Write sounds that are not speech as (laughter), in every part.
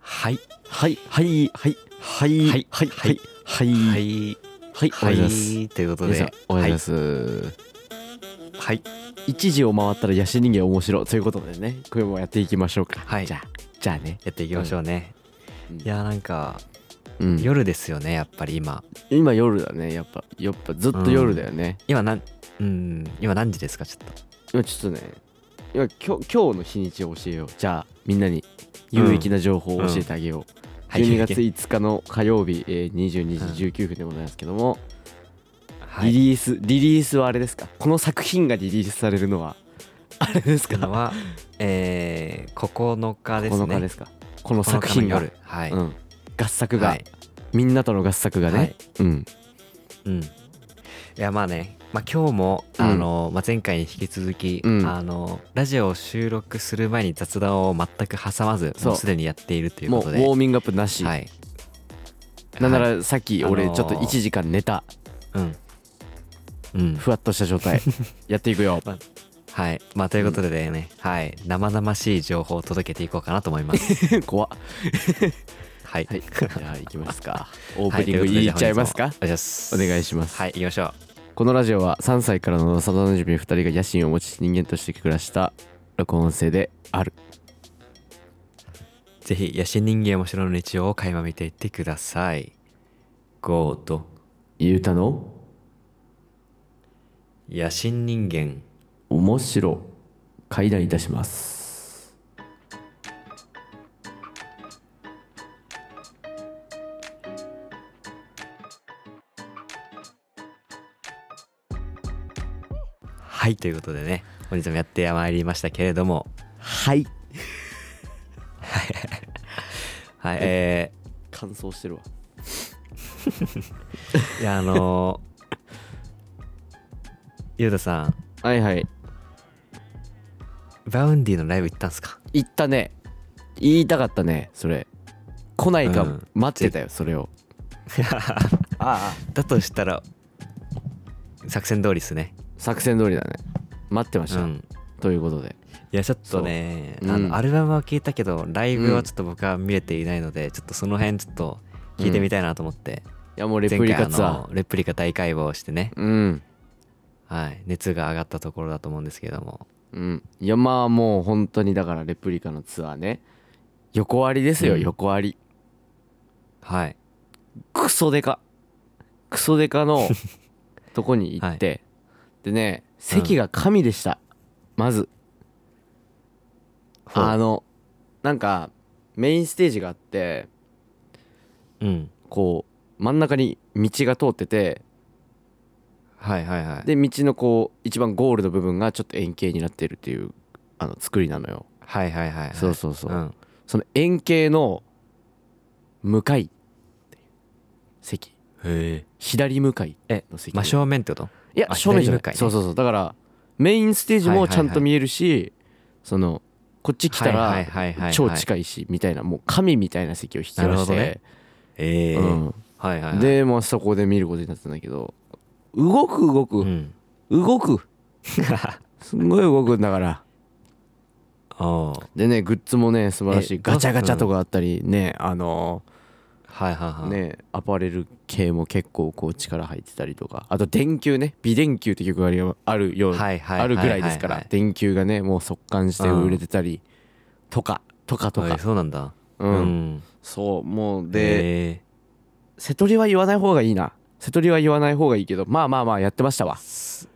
はいはいはいはいはいはいはいはいはいははいはいいおははようございますいということ皆さんでおはようございいます、はい一時を回ったらヤシ人間面白いということでねこれもやっていきましょうかはいじゃあじゃあねやっていきましょうねうんいやなんかうん夜ですよねやっぱり今今夜だねやっぱやっぱずっと夜だよね、今なんうん今何時ですかちょっと今ちょっとね今今日今日の日にちを教えようじゃあみんなに有益な情報を教えてあげよう、はい12月5日の火曜日、えー22時19分でございますけども、はいリリースリリースはあれですかこの作品がリリースされるの (laughs) はあれですっていうのか (laughs) は、えー、9日ですね。 9日ですかこの9日の作品が、夜。はい。うん、合作が、はい。みんなとの合作がね、はいうんうん。いや、まあね、まあ、今日も、うんあの、まあ、前回に引き続き、うんあの、ラジオを収録する前に雑談を全く挟まず、そうもうすでにやっているというもこうウとォで。ーミングアップなし、はい。なんなはい、らさっきあ俺のーちょっと1時間寝た、うん。うん。ふわっとした状 (laughs) 態やっていくよ (laughs) はい。まあ、ということでね、はい。生々しい情報を届けていこうかなと思 (laughs) います。怖っはい。はい、じゃあ行きますか。 (laughs) オープニングいっちゃいますか。はいとうことでじゃあ本日もお願いしお願いしまます。すはい、行きましょう。このラジオは3歳からの幼馴染み2人が野心を持ち人間として暮らした録音声である。ぜひ野心人間面白の日常を垣間見ていってください。ゴーとゆうたの野心人間。面白会談いたします。はい、ということでね、本日もやってまいりましたけれども、はい。はい、え乾燥してるわ。ー、 (laughs) いや、あのーゆうたさん、はいはい。バウンディのライブ行ったん (laughs) すか言ったね。言いたかったね、それ。来ないか、うん待ってたよ、それを。ああ。だとしたら、作戦通りっすね。作戦通りだね。待ってましうた。ん。ということで。いや、ちょっとね、そうあうんのアルバムは聞いたけど、ライブはちょっと僕は見れていないので、ちょっとその辺ちょっと聞いてみたいなと思って。いやもうレプリカツ前ア回あー。のレプリカ大解剖してね、うん。はい、熱が上がったところだと思うんですけどもうん、いやまあもう本当にだからレプリカのツアーね横割りですよ、うん横割りはいクソデカクソデカのとこに行って、でね席が神でした、まずほうあのなんかメインステージがあってうんこう真ん中に道が通っててはいはいはいで道のこう一番ゴールの部分がちょっと円形になってるっていうあの作りなのよ、はいはいはいはいそうそうそう、ん、その円形の向かいっていう席へ左向かいえの席真正面ってこといやあ正面じゃない左向かいねそうそうそうだからメインステージもちゃんと見えるし、そのこっち来たはいはいはいはいはらい超近いしみたいなもう神みたいな席を引きなまるほしどて、ねええうんはいはいはいでまあそこで見ることになったんだけど動く動く、うん動 (laughs) くすんごい動くんだからおーでねグッズもね素晴らしえいガチャガチャとかあったりねあのーはいはいはい、ねアパレル系も結構こう力入ってたりとかあと電球ね微電球って曲がありあるよう、はいはいあるぐらいですから、はは電球がねもう速乾して売れてたりとか、とかとはいか、はいそうなんだううんそうもうで、で瀬戸りは言わない方がいいな瀬戸りは言わない方がいいけどまあまあまあやってましたわす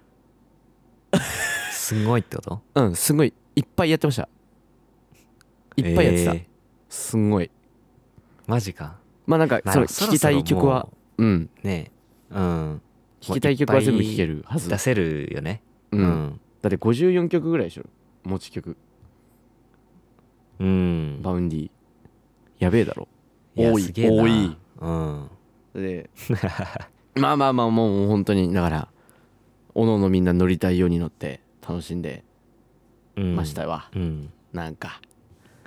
すごいってことうんすごいいっぱいやってましたいっぱいやってた、えーすんごいマジかまあなんかまあそのそろそろ聞きたい曲はもうんねうん聞きたい曲は全部聴けるはず出せるよねうんだって54曲ぐらいでしょ持ち曲うんバウンディやべえだろや多いすげえな多いうん (laughs) でまあまあまあもう本当にだからおのおのみんな乗りたいように乗って楽しんでうんましたわ、うんなんか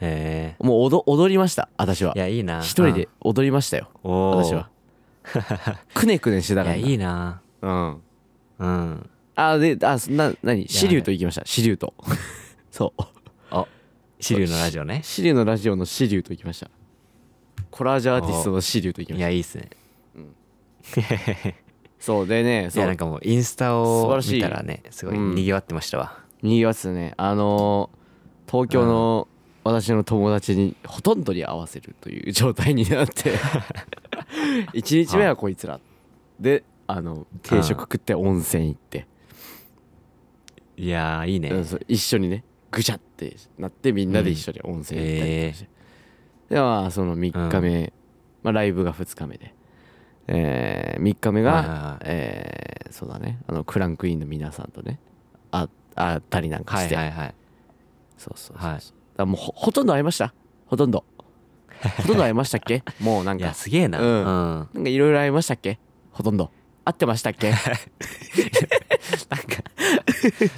えもう踊踊りました私はえいやいいな一人で踊りましたようんおー私はくねくねしてたいかやらいいななうんうんあであそな何やシリュウと行きましたシリュウと (laughs) そうあシリウのラジオねシリュウのラジオのシリュウと行きましたコラージュアーティストのシリュウと行きまいしたやいいっすねうん。へへへそうでねいそやなんうかもうインスタ素晴をらしい見たらねすごいうんにぎわってましたわ。にぎわってたねあのー東京の私の友達にほとんどに合わせるという状態になって (laughs) 一日目はこいつらであの定食食って温泉行って、いやーいいね。うんそう一緒にねぐちゃってなってみんなで一緒に温泉行ったりとかして、でまあその3日目、まあ、ライブが2日目で、え3日目はいはいがはい、えーそうだねあのクランクインの皆さんとねあ会ったりなんかはしいて、はいはい。そうそうそうそうはいだからもうほほとんど会いましたほとんどほとんど会いましたっ (laughs) けもうなんいかやすげえな。ううんん。なんかいろいろ会いましたっけほとんど会ってましたっ (laughs) け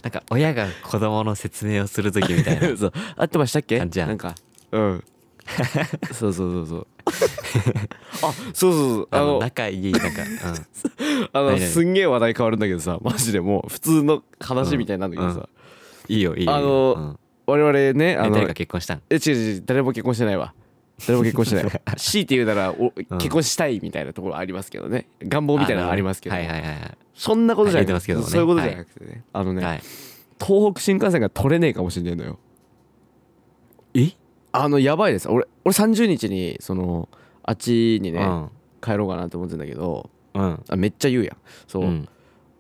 なんか親が子供の説明をする時みたい (laughs) な。そう会ってましたっけ感じやんなんかうん (laughs) そうそうそうそう (laughs) あそうそうそうああのの仲いいなんか。あの何々すんげえ話題変わるんだけどさマジでもう普通の話みたいになるんだけどさ、 (laughs) うんいいよいいよ。あのうん我々ねあえ誰のか結婚したん。え違う違う誰も結婚してないわ誰も結婚して (laughs) ないわ強いて言うならお結婚したいみたいなところありますけどね願望みたいなのありますけどはいはいはいはいそんなことじゃなくはい言ってますけどねそういうことじゃなくてね、あのね、はい。東北新幹線が取れねえかもしんねえのよえ？あのやばいです俺俺30日にそのあっちにね、うん帰ろうかなと思ってんだけどうん。あめっちゃ言うやんそう、うん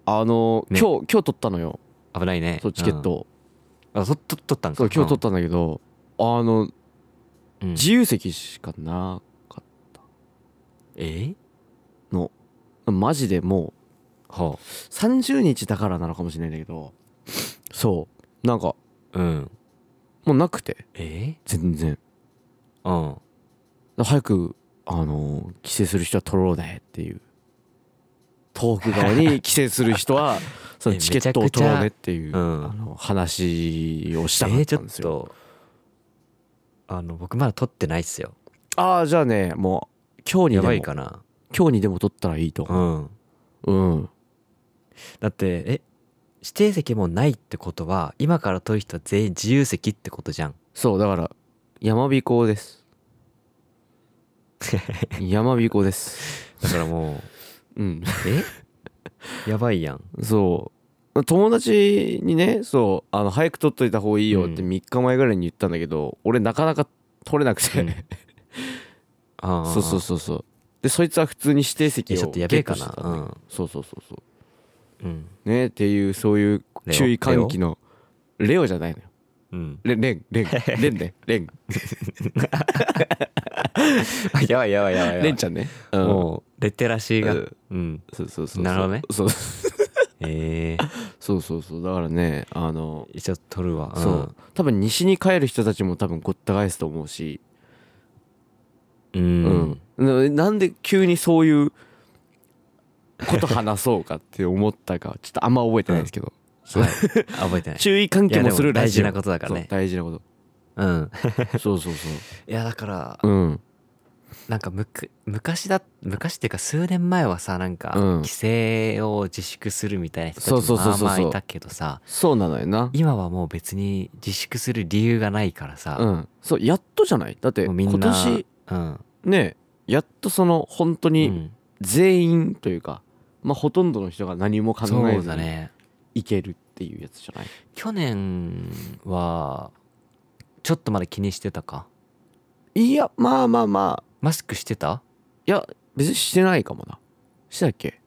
あの今ね日今日取ったのよ危ないね。そうチケットを、うん。あそと取ったんか。そう今日取ったんだけど、あのうん。うん自由席しかなかっえ？たマジでもうほ30日だからなのかもしれないんだけどそうなんかう。うん。もうなくてえ？全然うん。早くあのー帰省する人は取ろうねっていう東北側に帰省する人 (laughs) はそのえチケットを取ろうねっていう、めちゃくちゃうんあの話をしたえかっーちたょんっですよ、とあの僕まだ取ってないっすよ。ああじゃあねもう今日にやでばいもかな。今日にでも取ったらいいとう思ん。ううんだってえ指定席もないってことは今から取る人は全員自由席ってことじゃん。そうだから山彦です (laughs) 山彦ですだか (laughs) らもうんうえやばいやん。そう友達にねそうあの早く取っといた方がいいよってうん3日前ぐらいに言ったんだけど、俺なかなか取れなくて、うんあー (laughs) そうそうそうそうでそいつは普通に指定席えをちょっとやべえかゲッなトして。たんだけどそうそうそうそうん。うん。うねっていうそういうレオ注意喚起のレオじゃないのようん。レレンレ (laughs) ンレンねレンやばいやばいやばいやばい。レンちゃんねうんもう、レテラシーが。ううんん。そうそうそうなるほどねそうえそうそうそうだからねあのえー、一応取るわ。んそう。多分西に帰る人たちも多分ごった返すと思うしうん。うん、ななんで急にそういうこと話そうかって思ったかちょっとあんま覚えてないですけど、はい。あ覚え (laughs) てない。注意喚起いやでももするラジオ大事なことだからねそう大事なこうん。とそうそうそいや、だから、ううんなんかむく、昔だ、昔っていうか数年前はさ、なんかうん、規制を自粛するみたいな人たちそうそうもそうそうまあそうまあいたけどさ、そうなのよな今はもう別に自粛する理由がないからうさ、んそうやっとじゃないだってもうみ今んな、年うん。ねやっとその本当うにん全員というか、まあほとんどの人が何も考えそうずだにね。いけるっていうやつじゃない去年は、ちょっとまだ気にしてたか。いやまあまあまあマスクしてたいや別にしてないかもなしてたっけ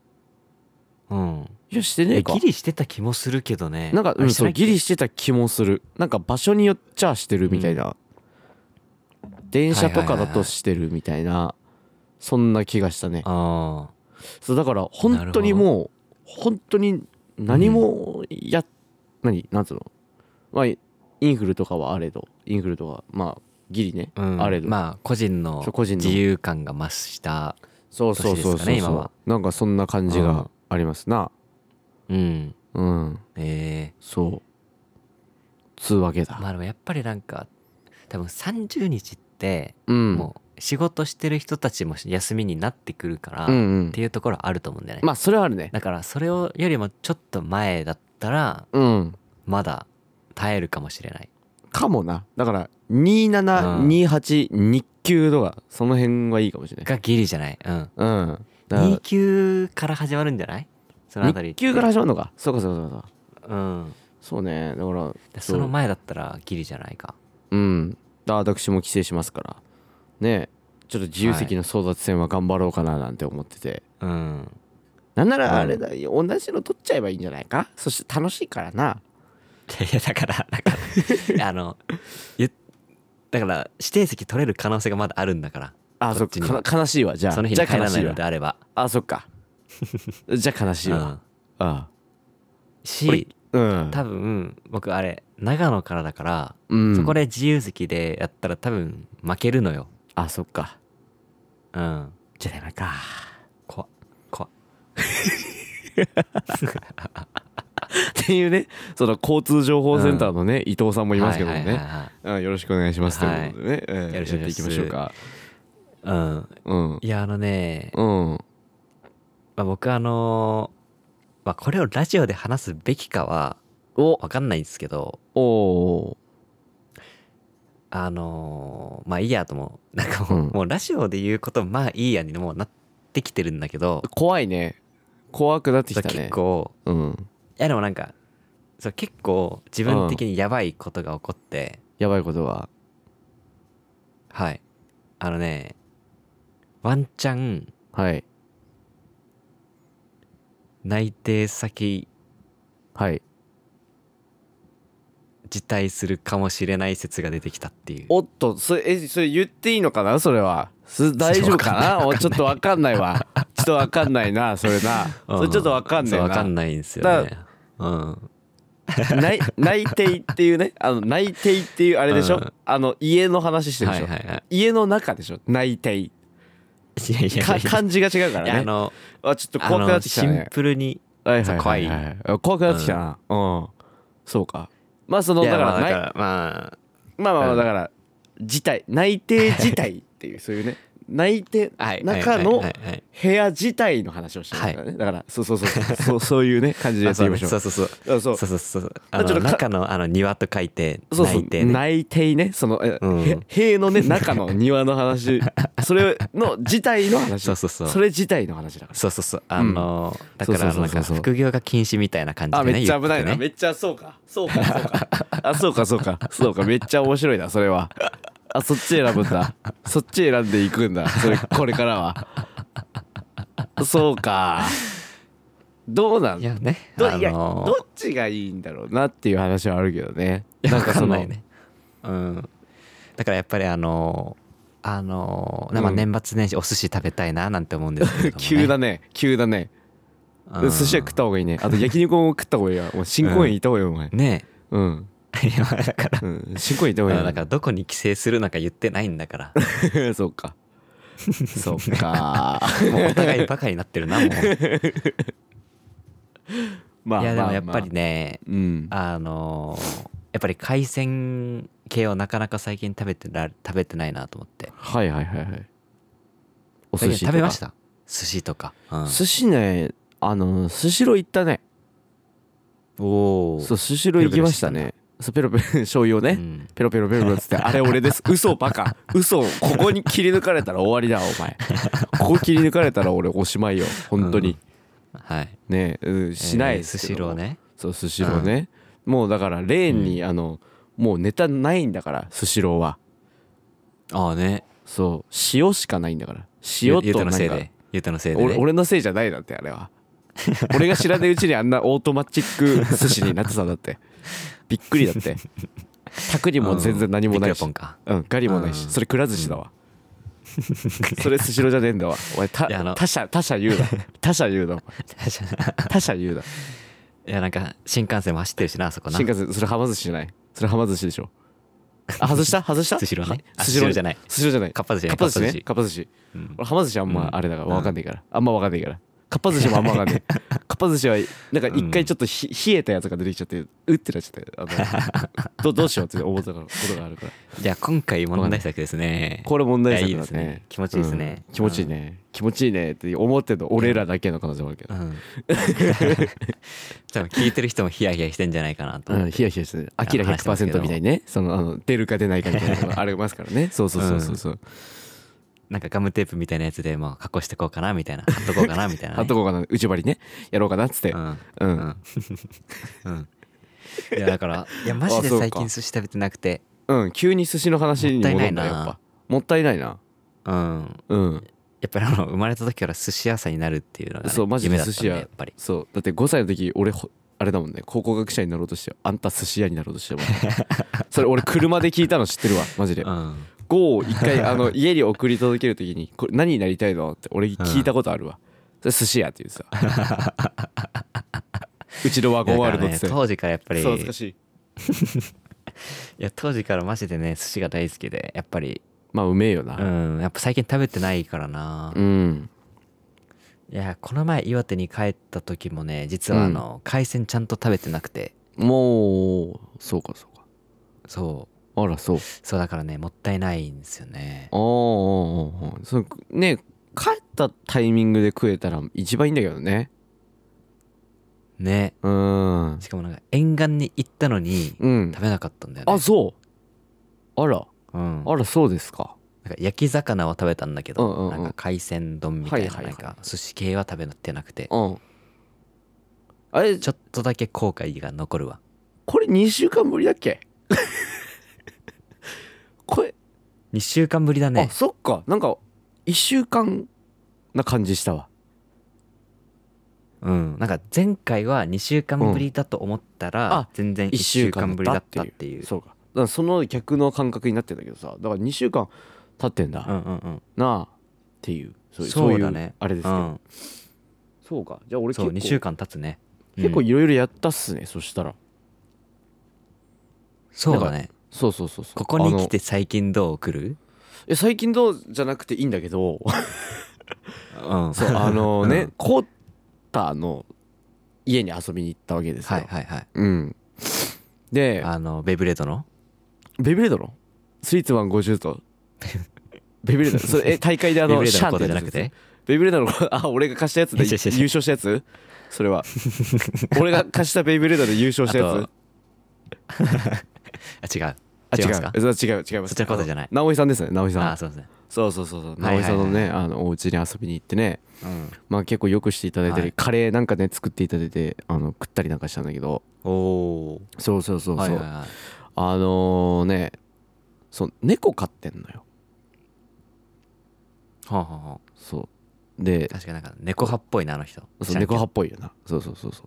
うん。いやしてねええかギリしてた気もするけどねなんか、あうれん、しそなういっけギリしてた気もするなんか場所によっちゃしてるみたいな、電車とかだとしてるみたいな、そんな気がしたねあそうだから本当にもう本当に何もや、何なんつうのまあインフルとかはあれどインフルとかまあギリね、あ、うん、あれど、まあ個人のそう個人の自由感が増したそうそうそう年そですうかね今はなんかそんな感じがありますなうんうんえそうつうわけー、だ、まあでもやっぱりなんか多分30日ってうんもう仕事してる人たちも休みになってくるから、うんっうんていうところはあると思うんだよね、まあそれはあるねだからそれをよりもちょっと前だったらうんまだ耐えるかもしれないかもなだから272829級とかその辺はいいかもしれないがギリじゃないうんうんだから2級から始まるんじゃないそのあたり日給から始まるのかそうかそうかそうかうんそうねだからその前だったらギリじゃないかうんだ私も帰省しますからねちょっと自由席の争奪戦は頑張ろうかななんて思ってて、 (laughs) うんなんならあれだよ同じの取っちゃえばいいんじゃないかそして楽しいからないやだからだか (laughs) らいやあのゆだから指定席取れる可能性がまだあるんだからあそそっっちにかか悲しいわじゃあその日じゃに帰あら悲なしいいのわであればあそっ (laughs) かじゃあ悲しいわあうんあれしうん多分僕あれ長野からだから、うんそこで自由席でやったら多分負けるのよあそっかうんじゃあダメか怖っ怖っっていうねその交通情報センターのね、伊藤さんもいますけどもはいはいはいね、はいうんよろしくお願いしますということでね、えーよろしくおやっ願いていしきまますしょうかうんうんいやあのね、うんまあ、僕あのまあ、これをラジオで話すべきかはおわかんないんですけどおあのまあいいやともなんかもう,、うんもうラジオで言うことまあいいやにもうなってきてるんだけど、ー怖いね怖くなってきたね結構うんいやでもなんかそう結構自分的にやばいことが起こって、やばいことははいあのねワンチャンはい内定先はい辞退するかもしれない説が出てきたっていうおっとそれえそれ言っていいのかなそれはす大丈夫かなおちょっとわかんないわちょっとわかんないなそれなうんそれちょっとわかんないそうわかなんないんですよねうんない (laughs) 内定っていうねあの内定っていうあれでしょ、うんあの家の話してるでしょ、はいはいはい家の中でしょ内定いやいやいやかいや漢字が違うかいらやあねのあちょっとあ怖くなのってきたシねンプルにはいそはうい怖はいいはいはい怖くなってきたなうん、そうかまあそのいだやかまらあだないからままあまあまうあんだから事態内定事態っていうそういう (laughs) ね内定あはい中のはいはいはい部屋自体の話をしてるからね、だからそうそうそうそう (laughs) そうそういうね感じでやあってそみうまねしょうそうそうそうあそうそうそうそうああちょのっとか中のあの庭と書いてそうそう内定ね内定ねそのえうんへ塀のね中の庭の話それの自体の話 (laughs) そうそうそうそれ自体の話だからそうそうそうあのだそうかそうらそなうんそうかそう副業が禁止みたいな感じあでねめっちゃ危ない言なってめねっちゃそう (laughs) かそうかそうかあそうか (laughs) そうかそうかめっちゃ面白いなそれはあそっち選ぶんだそっち選んでいくんだそれこれからはそうかどうなんいやねどあいやのどっちがいいんだろうなっていう話はあるけどねなんかわかそんのないねうんだからやっぱりあのあのまあうん年末年始お寿司食べたいななんて思うんですけれどもね (laughs) (laughs) 急だね急だねう寿ん司は食った方がいいねあと焼肉も食った方がいいわもう新公園行った方がいいよお前ねうん、え (laughs) いやだからうん、新公園行った方まがいあいだからどこに帰省するのか言ってないんだ (laughs) からら (laughs) そうかそうかもうお互いバカになってるなもう (laughs) いまあやでまもあやっぱりねうんあのーやっぱり海鮮系をなかなか最近食べてら食べてないなと思ってはいはいはいはいお寿司とか食べました寿司とか、うん寿司ねあの寿司ロ行ったねおおそう寿司ロ行きましたねそうペロペロ (laughs) 醤油をね、んペロペロペロペロっつってあれ俺です嘘バカ嘘ここに切り抜かれたら終わりだお前ここ切り抜かれたら俺おしまいよ本当に、はいねうんしないです寿けど司ロもーねそうスシローね、もうだからレーンに、あのもうネタないんだからスシローはああねそう塩しかないんだから塩ゆうとたのなせんいかでゆうたのせいで、ね、俺俺のせいじゃないだってあれ (laughs) は俺が知らないうちにあんなオートマチック寿司になってたんだってびっくりだって卓にも全然何もないし、ううんビックラポンんか (laughs) ガリもないし、うんそれくら寿司だわ、それスシローじゃねえんだわ俺たいやあの他社他社言うな他社言うな他社言うないやなんか新幹線も走ってるしなあそこな新幹線それはま寿司じゃないそれはま寿司でしょあ外した外したスシローねあスシロスシローーじゃないスシローじゃないかっぱ寿司かねっぱ寿司かっぱ寿ねかっぱ寿司うん俺はま寿司あんうんまあれだからわかんないからあんまわかんないからかっぱ寿司もあんまわか (laughs) んないかっぱ寿司はなんか一う回んちょっとひ、冷えたやつが出てきちゃってうってなっちゃってあ (laughs) のどどうしようって思ったからことがあるからじゃあ今回問題作ですね。 (laughs) これ問題い作やいいだですねね気持ちいいですねうん気持ちいいね、気持ちいいねって思ってるの俺らだけの可能性もあるけうど、ん。 (laughs) 多分聞いてる人もヒヤヒヤしてんじゃないかなとう思ん、ヒヤヒヤしてるアキラ話してますけど100%みたいにねそのあの出るか出ないかみたいなのがありますからね (laughs) そうそうそうそうそう、なんかガムテープみたいなやつでまあ加工してこうかな (laughs) みたいな貼っとこうかなみたいな、ね、あとこうかな内張りねやろうかなっつって、ううんんうん、うん、いやだからいやマジであそうか最近寿司食べてなくてうん、急に寿司の話に戻ったなやっぱもったいないなうんうんやっぱりあの生まれた時から寿司屋さんになるっていうのが、ね、そうマジで夢だったん寿司屋やっぱりそうだって5歳の時俺ほあれだもんね考古学者になろうとしてあんた寿司屋になろうとしても (laughs) それ俺車で聞いたの知ってるわマジでうんゴを一回あの家に送り届ける時にこれ何になりたいのって俺聞いたことあるわ、それ寿司屋っていう (laughs) さうちのワゴンワールドっつって、だからね当時からやっぱりそう懐かしいいや当時からマジでね寿司が大好きでやっぱりまあうめえような、んやっぱ最近食べてないからな、うんいやこの前岩手に帰った時もね実はあの、海鮮ちゃんと食べてなくてもうそうかそうかそうあらそうそうだからねもったいないんですよねああああそのね帰ったタイミングで食えたら一番いいんだけどねねうんしかもなんか沿岸に行ったのにうん食べなかったんだよねあそうあらうん、あらそうですかなんか焼き魚は食べたんだけど、うんうんうんなんか海鮮丼みたいな,、はいはいはいなんか寿司系は食べてなくてうんあれちょっとだけ後悔が残るわこれ2週間ぶりだっけ (laughs) これ、 2週間ぶりだあねそっかなんか1週間な感じしたわうんなんか前回は2週間ぶりだと思ったうんらあ全然1 1週週間間ぶぶりりだだっったたっってていうそうかだからその逆の感覚になってんだけどさだから2週間経ってんだ、うんうんうんなあっていうそういうそうそういだねうあれですうけど、んそうかじゃあ俺結そう構2週間経つね結構うんいろいろやったっすね、そしたらそうだねそうそうそうそうここにあ来のて最近どう来るえ最近どうじゃなくていいんだけどうんそうあのね、うんコータの家に遊びに行ったわけですよ、 (laughs) はいはいはいうんであのベイブレードのベイブレードのスイーツマン50とベイブレードのそれ (laughs) え大会であのベイブレードのシャンことってじゃなやくつてベイブレードの (laughs) ことあ俺が貸したやつでいや違う違う違う優勝したやつそ (laughs) れは俺が貸したベイブレードで優勝したやつあ違うあ違い違まうすかそう違う違いますそっちのことじゃないあの直井さんですね直井さああんそうですねそうそうそうそうはいは直いはい井さんのねあのお家に遊びに行ってねうんまあ結構よくしていただいたはいりカレーなんかね作っていただいてあの食ったりなんかしたんだけどおおそうそうそうはいそはいはういあのねそう猫飼ってんのよはあはあはあそうで確かになんか猫派っぽいなあの人そう猫派派っぽいよなそうそうそうそう、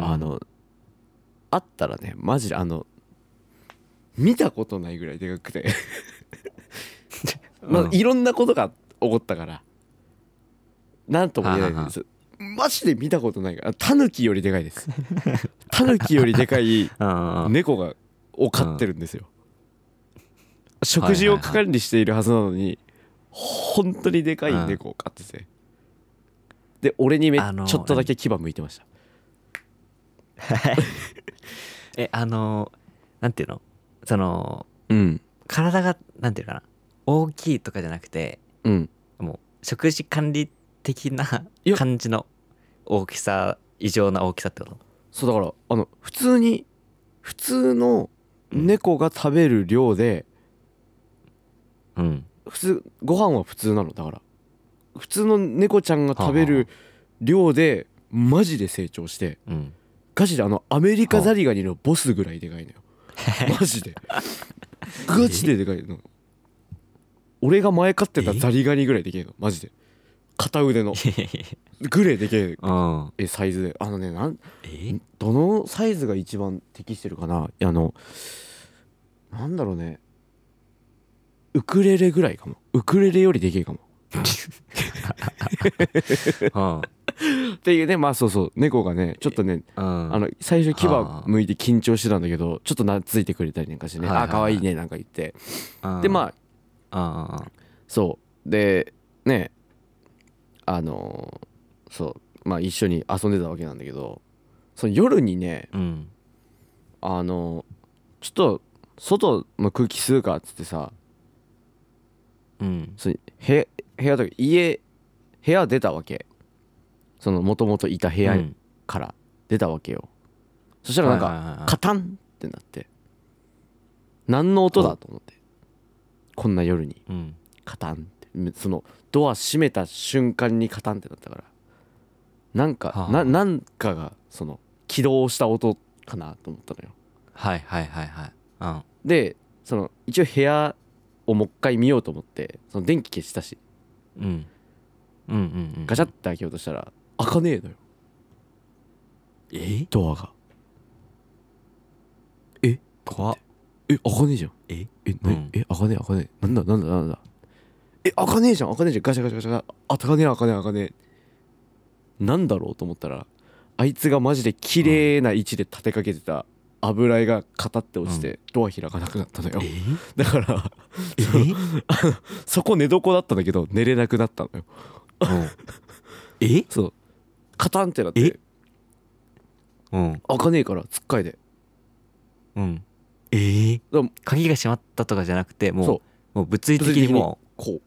あのあったらねマジであの見たことないぐらいでかくて (laughs) まあ、うんいろんなことが起こったからなんとも言えないですマジで見たことないからタヌキよりでかいですタヌキよりでかいね猫がを飼ってるんですよ、食事を管理しているはずなのに本当にでかい猫を飼ってて、で俺にめあのちょっとだけ牙向いてましたえあのなんていうのそのうん体がなんていうのかな大きいとかじゃなくてうんもう食事管理的ないや感じの大きさ異常な大きさってことそうだからあの普通に普通の猫が食べる量でうん普通ご飯は普通なのだから普通の猫ちゃんが食べはあはる量でマジで成長して (laughs) うんガチであのアメリカザリガニのボスぐらいでかいのよマジでガチででかいの俺が前飼ってたザリガニぐらいでけえのマジで片腕のグレーでけうんえサイズであのねなんえどのサイズが一番適してるかないやあのなんだろうねウクレレぐらいかもウクレレよりでけえかもうんっていうねまあそうそう猫がねちょっとねあの最初牙はあ向いて緊張してたんだけどちょっと懐いてくれたりなんかしてね「はいはいはいあ可愛いね」なんか言ってのでまああそうでねあのーそうまあ一緒に遊んでたわけなんだけどその夜にねうんあのちょっと外の空気吸うかっつってさうんそのへ部屋とか家部屋出たわけそのもともといた部う屋んから出たわけよ、そしたらなんはいはいはいはかいカタンってなって何の音だと思ってこんな夜にうんカタンってめそのドア閉めた瞬間にカタンってなったからなんか、はあななんかがその起動した音かなと思ったのよはいはいはいはいうんでその一応部屋をもう一回見ようと思ってその電気消したしうんうんうんうんガチャって開けようとしたら開かねえのよえドアが怖っえ開かねえじゃんええなうんえ開かねえ開かねえなんだなんだなんだえ開かねえじゃん開かねえじゃんガシャガシャガシャあ開かねえ開かねえ開かねえなんだろうと思ったらあいつがマジで綺麗な位置で立てかけてた油絵がカタって落ちてドア開かなくなったのよ、だからえそこ寝床だったんだけど寝れなくなったのよ (laughs) うんえそうカタンってなっえてうん開かねえからつっかえでうんええだから鍵が閉まったとかじゃなくてそうもうもう物理的にもこうう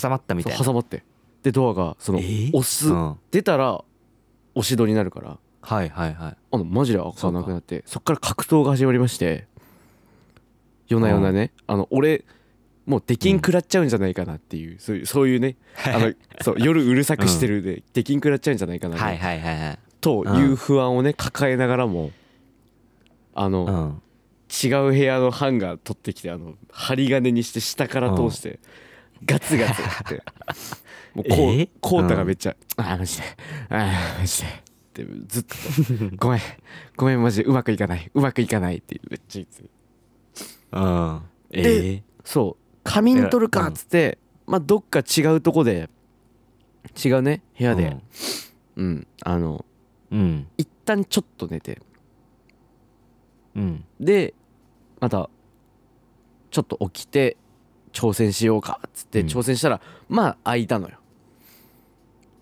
挟まったみたいそうな挟まってでドアがそのえー押すうん出たら押し戸になるからはいはいはいあのマジで開かなくなってそっから格闘が始まりまして夜な夜なね、あの俺もう出禁食らっちゃうんじゃないかなっていう、そういうそういうね (laughs) (laughs) あのそう夜うるさくしてるで出禁食らっちゃうんじゃないかな、はいはいはいはいという不安をね抱えながらもあの、うん違う部屋のハンガー取ってきてあの針金にして下から通して、ガツガツやって (laughs) もうこう、えこうたがめっちゃ「ああマジでああマジで」ってずっと「ごめんごめんマジでうまくいかないうまくいかない」ってめっちゃ言ってうんでええそう仮眠取るえからっうんつって、まあどっか違うとこで違うね部屋でうん、あのうん一旦ちょっと寝てうんでまたちょっと起きて挑戦しようかっつってうん挑戦したら、まあ空いたのよ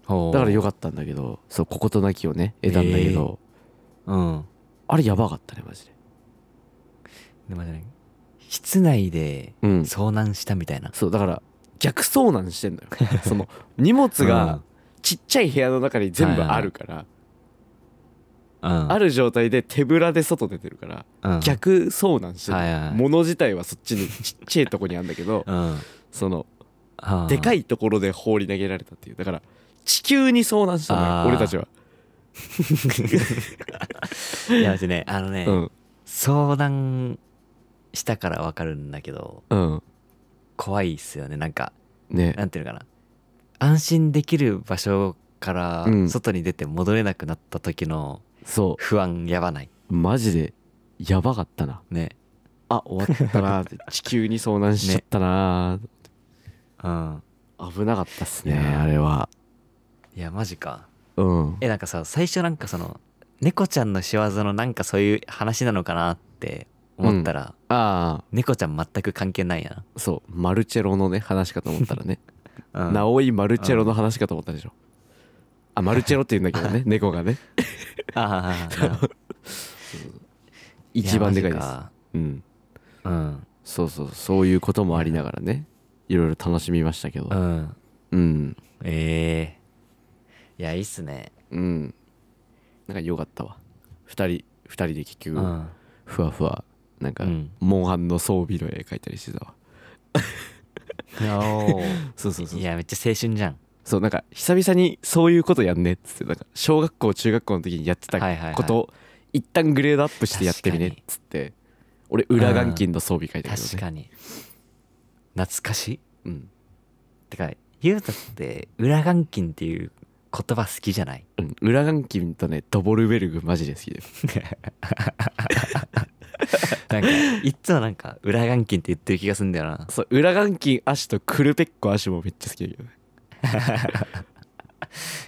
ほうだからよかったんだけどそうこことなきをね得たんだけど、うんあれやばかったねマジででもね室内でうんそ遭難したみたいなうだから逆遭難してんのよ (laughs) その荷物がちっちゃい部屋の中に全部あるから、うんある状態で手ぶらで外出てるから、うん逆遭難してる、はいはい物自体はそっちにちっちゃいとこにあるんだけどうんそのはあでかいところで放り投げられたっていうだから地球に遭難したのあよー俺たちは、いやマジねあのねうん相談したからわかるんだけどうん怖いっすよねなんかねなんていうのかな安心できる場所からうん外に出て戻れなくなった時のそ不安やばないうマジでやばかったなねあ終わったな (laughs) 地球に遭難しちゃったな、うん危なかったっすねいやーあれはいやマジかうんえなんかさ最初なんかその猫ちゃんの仕業のなんかそういう話なのかなって思ったら、ああ猫ちゃん全く関係ないやそうマルチェロのね話かと思ったらねな、 (laughs) うん、直井マルチェロの話かと思ったでしょあマルチェロって言うんだけ (laughs) どね猫がねああなるほど一番でかいでやすマうんジかうんそうそうそういうこともありながらねいろいろ楽しみましたけどうんうんええいやいいっすねうんなんか良かったわ二人二人で結う局、んふわふわなんか、うんモンハンの装備の絵描いたりしてたわおそうそうーそう (laughs) いやめっちゃ青春じゃんそうなんか久々にそういうことやんねっつってなんか小学校中学校の時にやってたはいはいはいことを一旦グレードアップしてやってみねっつって俺裏眼筋の装備描いたけ確どねかに懐かしいうんてかゆうたって裏眼筋っていう言葉好きじゃないうん裏眼筋とねドボルベルグマジで好きでなんかいっつもなんか裏眼筋って言ってる気がすんだよなそう裏眼筋足とクルペッコ足もめっちゃ好きだけど (laughs) ね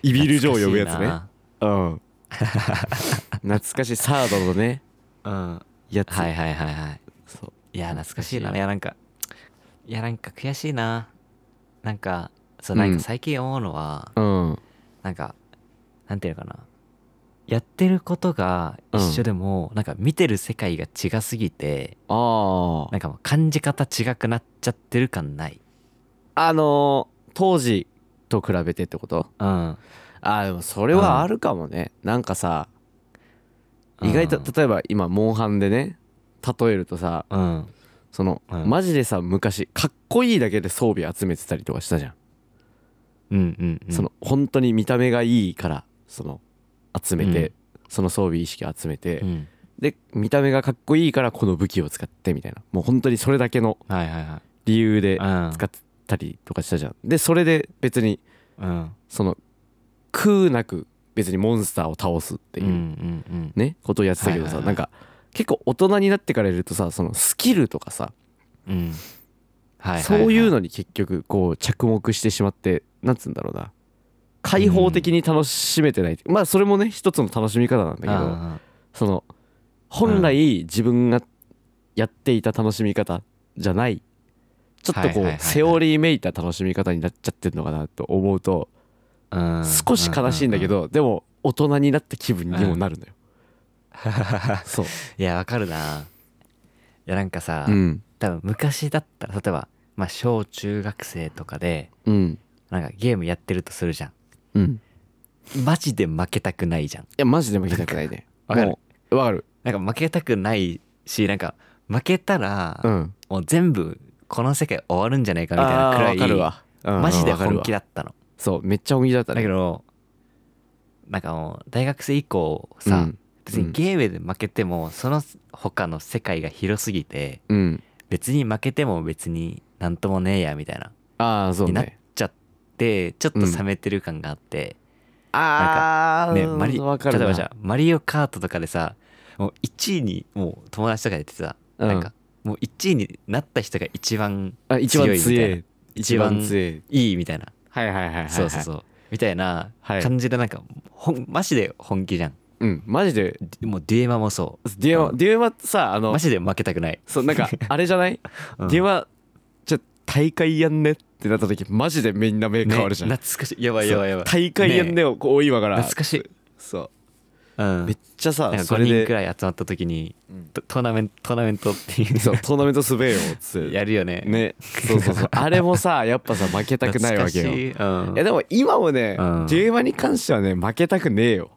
イビルジョー呼ぶやつねうん懐かしいサードのねうんやつ、はいはいはいはいそういや懐かしいな懐かしいいやなんかいやなんか悔しいななんかそううんなんか最近思うのは、うんなんかなんていうのかなやってることが一緒でも、なんか見てる世界が違すぎてあなんかもう感じ方違くなっちゃってる感ないあのー当時と比べてってことうんあーでもそれはあるかもね、なんかさ意外うんと例えば今モンハンでね例えるとさうんその、うんマジでさ昔かっこいいだけで装備集めてたりとかしたじゃん、うんうんうんその本当に見た目がいいからその集めて、うんその装備意識集めて、うんで見た目がかっこいいからこの武器を使ってみたいなもう本当にそれだけのはいはいはい理由でうん使ってたりとかしたじゃんでそれで別にうんその空なく別にモンスターを倒すっていううんうんうんねことをやってたけどはいはいさはいなんか結構大人になってからいるとさそのスキルとかさうんはははそういうのに結局こう着目してしまってなんつうんだろうな開放的に楽しめてないまあそれもね一つの楽しみ方なんだけうんうどんその本来自分がやっていた楽しみ方じゃないちょっとはいはいこはいうはいセオリーめいた楽しみ方になっちゃってるのかなと思うとうん少し悲しいんだけうどでも大人になった気分にもなるのよ。そう、 (laughs) いやわかるないやなんかさ、うん多分昔だったら例えば、まあ、小中学生とかでうんなんかゲームやってるとするじゃうん、いんマジで負けたくないじゃんやマジで負けたくないね。わかるもうわかる。なんか負けたくないしなんか負けたら、うん。もう全部この世界終わるんじゃないかみたいなあくらいーわかるわ。うんマジでわかる本わ気だったのそうめっちゃ本気だっただね。けどなんかもう大学生以降さ、うん別にゲームで負けてもその他の世界が広すぎてうん。別に負けても別になんともねえやみたいなああそうになっね。ちゃってちょっと冷めてる感があって、ああねマリ例わかるえなばじゃあマリオカートとかでさもう1位にもう友達とかで言ってさ、うんなんかもう1位になった人が一番あ一番強いみたいな強い一番強い。いいみたいな、はいはいはいはいはい。そうそうそうみたいなはい感じでなんか、ほんマジで本気じゃんうんマジでもうデュエマもそデュエマ、うんデュエマさあうのマジで負けたくない、そう (laughs) なんかあれじゃない、うんデュエマじゃ大会やんねってなった時マジでみんな目変わるじゃん、ね懐かしいやばいやばいやばいそう大会やんねをこう今から懐かしい、そうんうめっちゃさなんかそ5れ人くでらい集まった時にうんトトーナメントトーナメントっていうそうトーナメント滑ようっつって (laughs) やるよねねそうそうそうあれもさやっぱさ負けたくないわけよ懐いかしいうんやでも今もね、うんデュエマに関してはね負けたくねえよ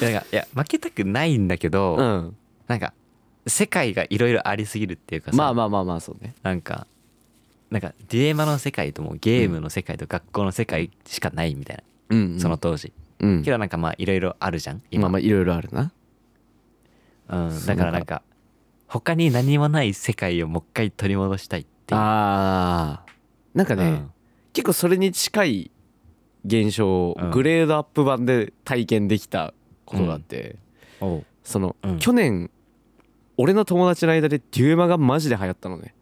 いやなんかいや負けたくないんだけど、うんなんか世界がいろいろありすぎるっていうかさ、まあまあまあまあそうねなんかなんかデュエマの世界ともゲームの世界と学校の世界しかないみたいな、うん、その当時、うんけどなんかまあいろいろあるじゃん今今、まあいろいろあるなうん、だからなんか他に何もない世界をもう一回取り戻したいっていうあーなんかね、うん結構それに近い現象をうんグレードアップ版で体験できたことがあって、その、うん去年俺の友達の間でデュエマがマジで流行ったのね、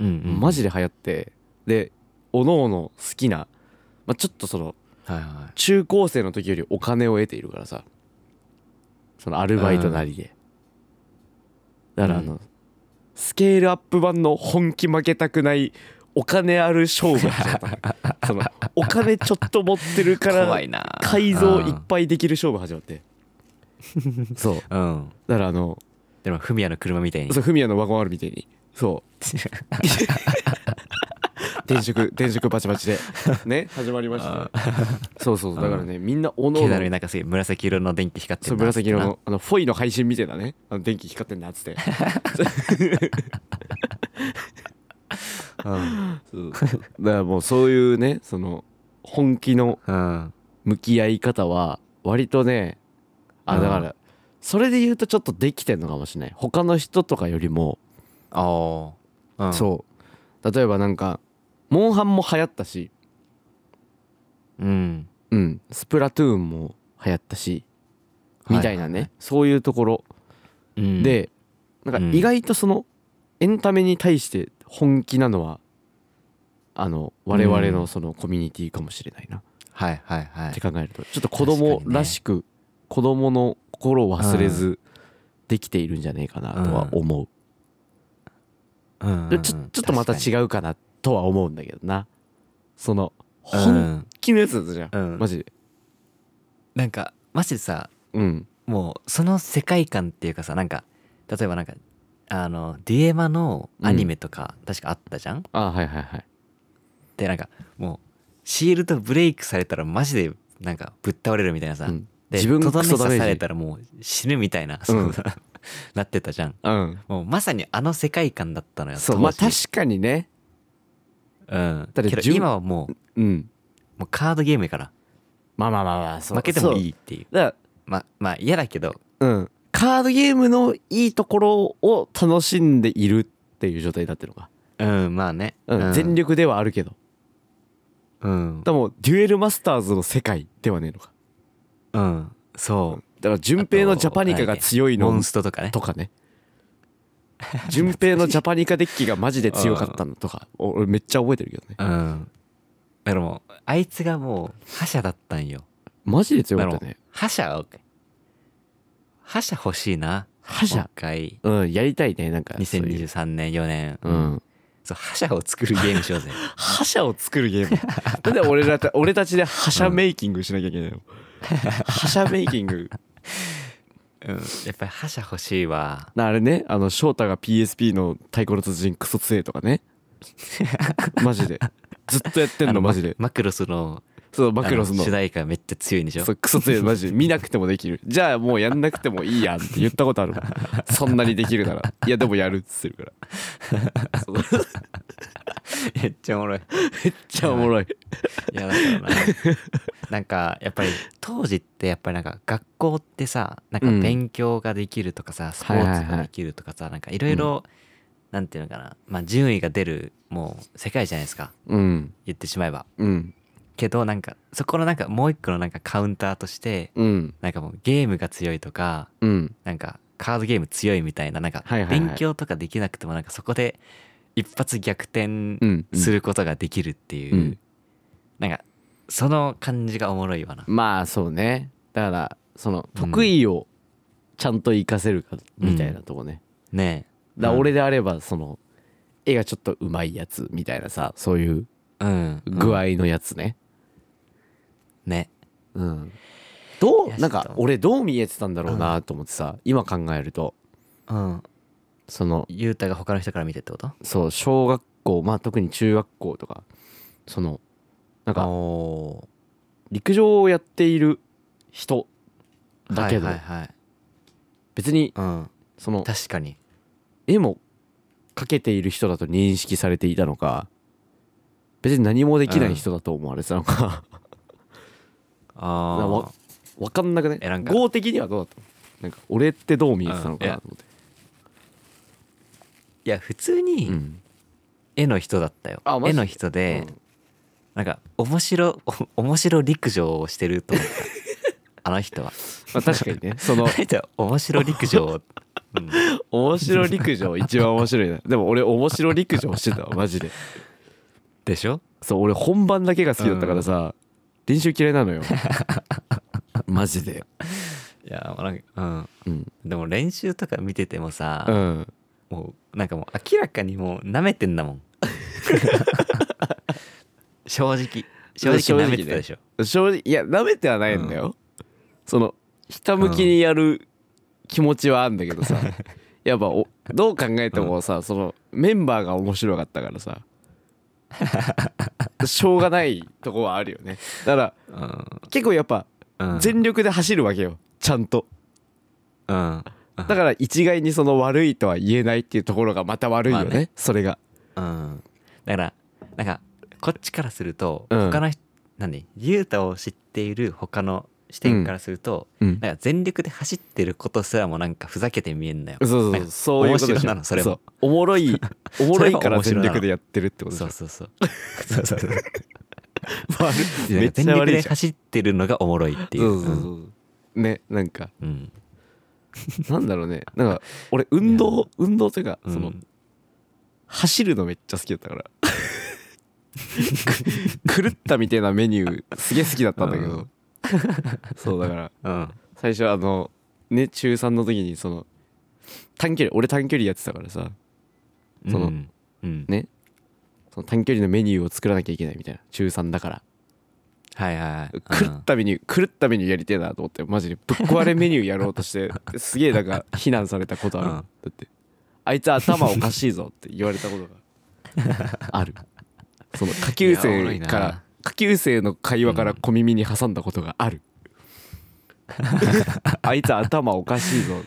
うんうん、マジで流行ってでおのおの好きな、まあ、ちょっとそのはいは中高生の時よりお金を得ているからさそのアルバイトなりで、だからあの、うスケールアップ版の本気負けたくないお金ある勝負だったのそのお金ちょっと持ってるいから怖いな改造いっぱぱいできる勝負始まってそういうんだからあのでもフミヤの車みたいにそうフミヤのワゴンあるみたいにそう (laughs) 転職転職バチバチでね始まりましたねそうそうそうだからねみんなおのケおダのルになんかすげえ紫色の電気光ってそうるな紫色のあのフォイの配信みたいなねあの電気光ってんだっつってうんそうだからもうそういうねその本気のうん向き合い方は割とねあうんだからそれで言うとちょっとできてんのかもしれない他の人とかよりも、ああ、うん、そう例えばなんかモンハンも流行ったしう、うん、うん、スプラトゥーンも流行ったし、みたいなはいはいはねそういうところうん、で、なんか意外とそのエンタメに対して本気なのはあの我々のそのコミュニティかもしれないな、はいはいはってい考えるとちょっと子供らしく子供の心を忘れずできているんじゃないかなとは思う、うんうんうんでちょちょっとまた違うかなとは思うんだけどなそのう本ん、気のやつだったじゃん、うんマジでなんかマジでさうんもうその世界観っていうかさなんか例えばなんかあのディエマのアニメとか、確かあったじゃんあはいはいはいでなんかもうシールドブレイクされたらマジでなんかぶっ倒れるみたいなさ、うんで自分とどクめソ刺ダメージされたらもう死ぬみたいな、そうだなってたじゃんうんもうまさにあの世界観だったのよそうまあ当確時かにねうんだってけど自分今はもううんもうカードゲームやからまあまあまあまあそう負けてもそういいっていうだかまあまあ嫌だけどらうんカードゲームのいいところを楽しんでいるっていう状態になってるのか、うんまあね、うん全力ではあるけどうんでもデュエルマスターズの世界ではねえのかうんそだから順平のジャパニカが強ういモのンストとかねとかね順平のジャパニカデッキがマジで強かったのとかお俺めっちゃ覚えてるけどねうんだからもうあいつがもう覇者だったんよマジで強なかっるほたどね。覇者覇者欲しいな。覇者今回、うんやりたいねなんかそういう2023年、4年。うんそう、覇者を作るゲームしようぜ。覇者を作るゲーム (laughs) なんで俺らた俺たちで覇者メイキングしなきゃいけ (laughs) ないの覇者メイキングうん。やっぱり覇者欲しいわ。なあれねあの翔太が PSP の「太鼓の達人クソ強え」とか (laughs) ねマジでずっとやってんあののマジでママクロスの、そうマクロスあの主題歌めっちゃ強いんでしょそうクソ強いマジで見なくてもできるじゃあもうやんなくてもいいやんって言ったことある (laughs) もんそんなにできるならいやでもやるっつってるからそうめっ (laughs) めっちゃおもろい。ちゃおもろいいや、だからな。なんか、やっぱり、当時ってやっぱりなんか、学校ってさ、なんかうん勉強ができるとかさ、スポはいはーいツはいができるとかさ、なんかいろいろ、なんていうのかな、まあ順位が出る、もう世界じゃないですか。うん言ってしまえば。うんけどなんかそこのなんかもう一個のなんかカウンターとしてうんなんかもうゲームが強いとかうんなんかカードゲーム強いみたいななんかはいはいはい勉強とかできなくてもなんかそこで一発逆転うんすることができるっていう、うんなんかその感じがおもろいわなまあそうねだからそのうん得意をちゃんと活かせるかみたいなとこね、ねだからうん俺であればその絵がちょっとうまいやつみたいなさそういうえうん具合のやつね、ねうんどいうやなんちょかっと俺どう見えてたんだろうなと思ってさ、今考えるとうんそのゆうたが他の人から見てってことそう小学校まあ特に中学校とかそのなんかお陸上をやっている人ーだけどはいはいはい別にうんその確かに絵も描けている人だと認識されていたのか別に何もできない人だと思われてたのか、なあわ分かんなくねえなんか合的にはどうだったのなんか俺ってどう見えてたのかなと思って、いや普通うにん絵の人だったよ、あマジ絵での人で、なんか面白 (laughs) お面白陸上をしてると思った (laughs) あの人はまあ、確かにねそあのの人は面白陸上を、 (laughs) うん面白陸上一番面 (laughs) 白いなでも俺面白陸上してたわマジででしょそう俺本番だけが好きだったからさ、練習嫌いなのよ (laughs) マジでいやなんかうんうんでも練習とか見ててもうさ、んもうなんかもう明らかにもう舐めてんだもん (laughs) 正直正直舐めてたでしょ、正直いや舐めてはないんだよ、そのひたむきにやる気持ちはあんだけどさ、やっぱおどう考えてもさ、そのメンバーが面白かったからさしょうがないとこはあるよねだからう結構やっぱんうん全力で走るわけよちゃんとうんだから一概にその悪いとは言えないっていうところがまた悪いよね,、まあねそれがうんだからなんかこっちからするとうん他の人、何雄太を知っている他の視点からすると、うんなんか全力で走ってることすらもなんかふざけて見えんだよ。そうそなうんそかうそういうことでしょ面白なの (laughs) それもうおもろいおもろいから全それは面白なの力でやってるってことでしそょうそうそう。そうそうそう。悪い (laughs) めっ全ちゃ力悪いでじゃん走ってるのがおもろいっていう。そうそうそうねなんかうん。なんだろうねなんか俺運動運動というかうんそのうん走るのめっちゃ好きだったからく (laughs) 狂ったみたいなメニューすげえ好きだったんだけうど (laughs) そうだからうん。最初あのね中3の時にその短距離俺短距離やってたからさそのうん。うん。ねその短距離のメニューを作らなきゃいけないみたいな中3だからはいはいはい狂ったメニュー狂ったメニューやりてえなと思ってマジでぶっ壊れメニューやろうとしてすげえなんか非難されたことある、うんだってあいつ頭おかしいぞって言われたこと (laughs) があるその下級いやおもろ生いなから下級生の会話から小耳に挟んだことが (laughs) ある、 (laughs) あいつ頭おかしいぞ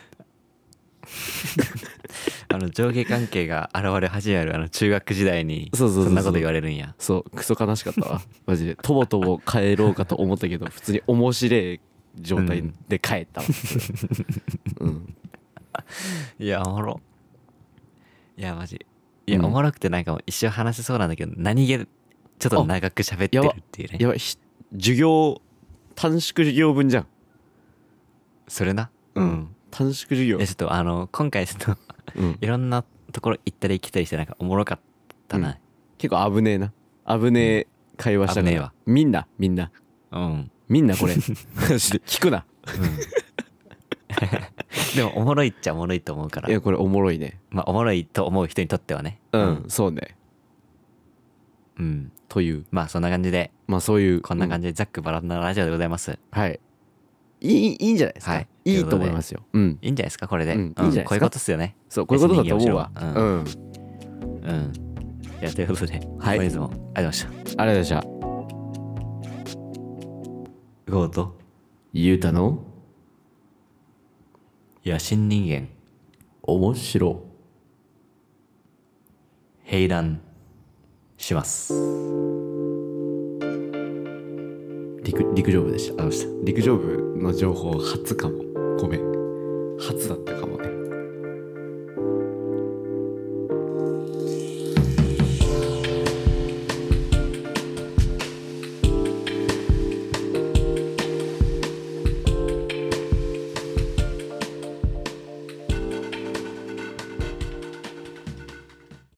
あの上下関係が現れ始めるあの中学時代にそうそうそうそうんなこと言われるんやそうクソ悲しかったわ (laughs) マジでとぼとぼ帰ろうかと思ったけど普通に面白い状態で帰ったわ、うん、いやおもろいやマジいや、うんおもろくてなんかもう一生話せそうなんだけど何気ちょっと長く喋ってるっていうね (laughs) やばいひ授業短縮授業分じゃんそれな短縮授業いやちょっとあの今回ちょっとうんいろんなところ行ったり来たりしてなんかおもろかったな結構危ねえな危ねえ会話したから危ねえわみんなみんなうん、みんなこ (laughs) れマジで聞くなでもおもろいっちゃおもろいと思うかいらやこれおもろいねまあおもろいと思う人にとってはねうんそうねうんというまあそんな感じでまあそういうこんな感じじでざっくばらんなラジオでございますはいいいいいんじゃないですはかいいいと思いますようんいいんじゃないですかこれで、うんいいんじゃないですかこういうことっすよねそうこういうことだと思うわ別にいいようんうんいやということで、はい本日もありがとうございましたありがとうございましたゴートゆうたの野心人間面白平乱します陸陸上部でしたあの陸上部の情報初かもごめん初だったかもね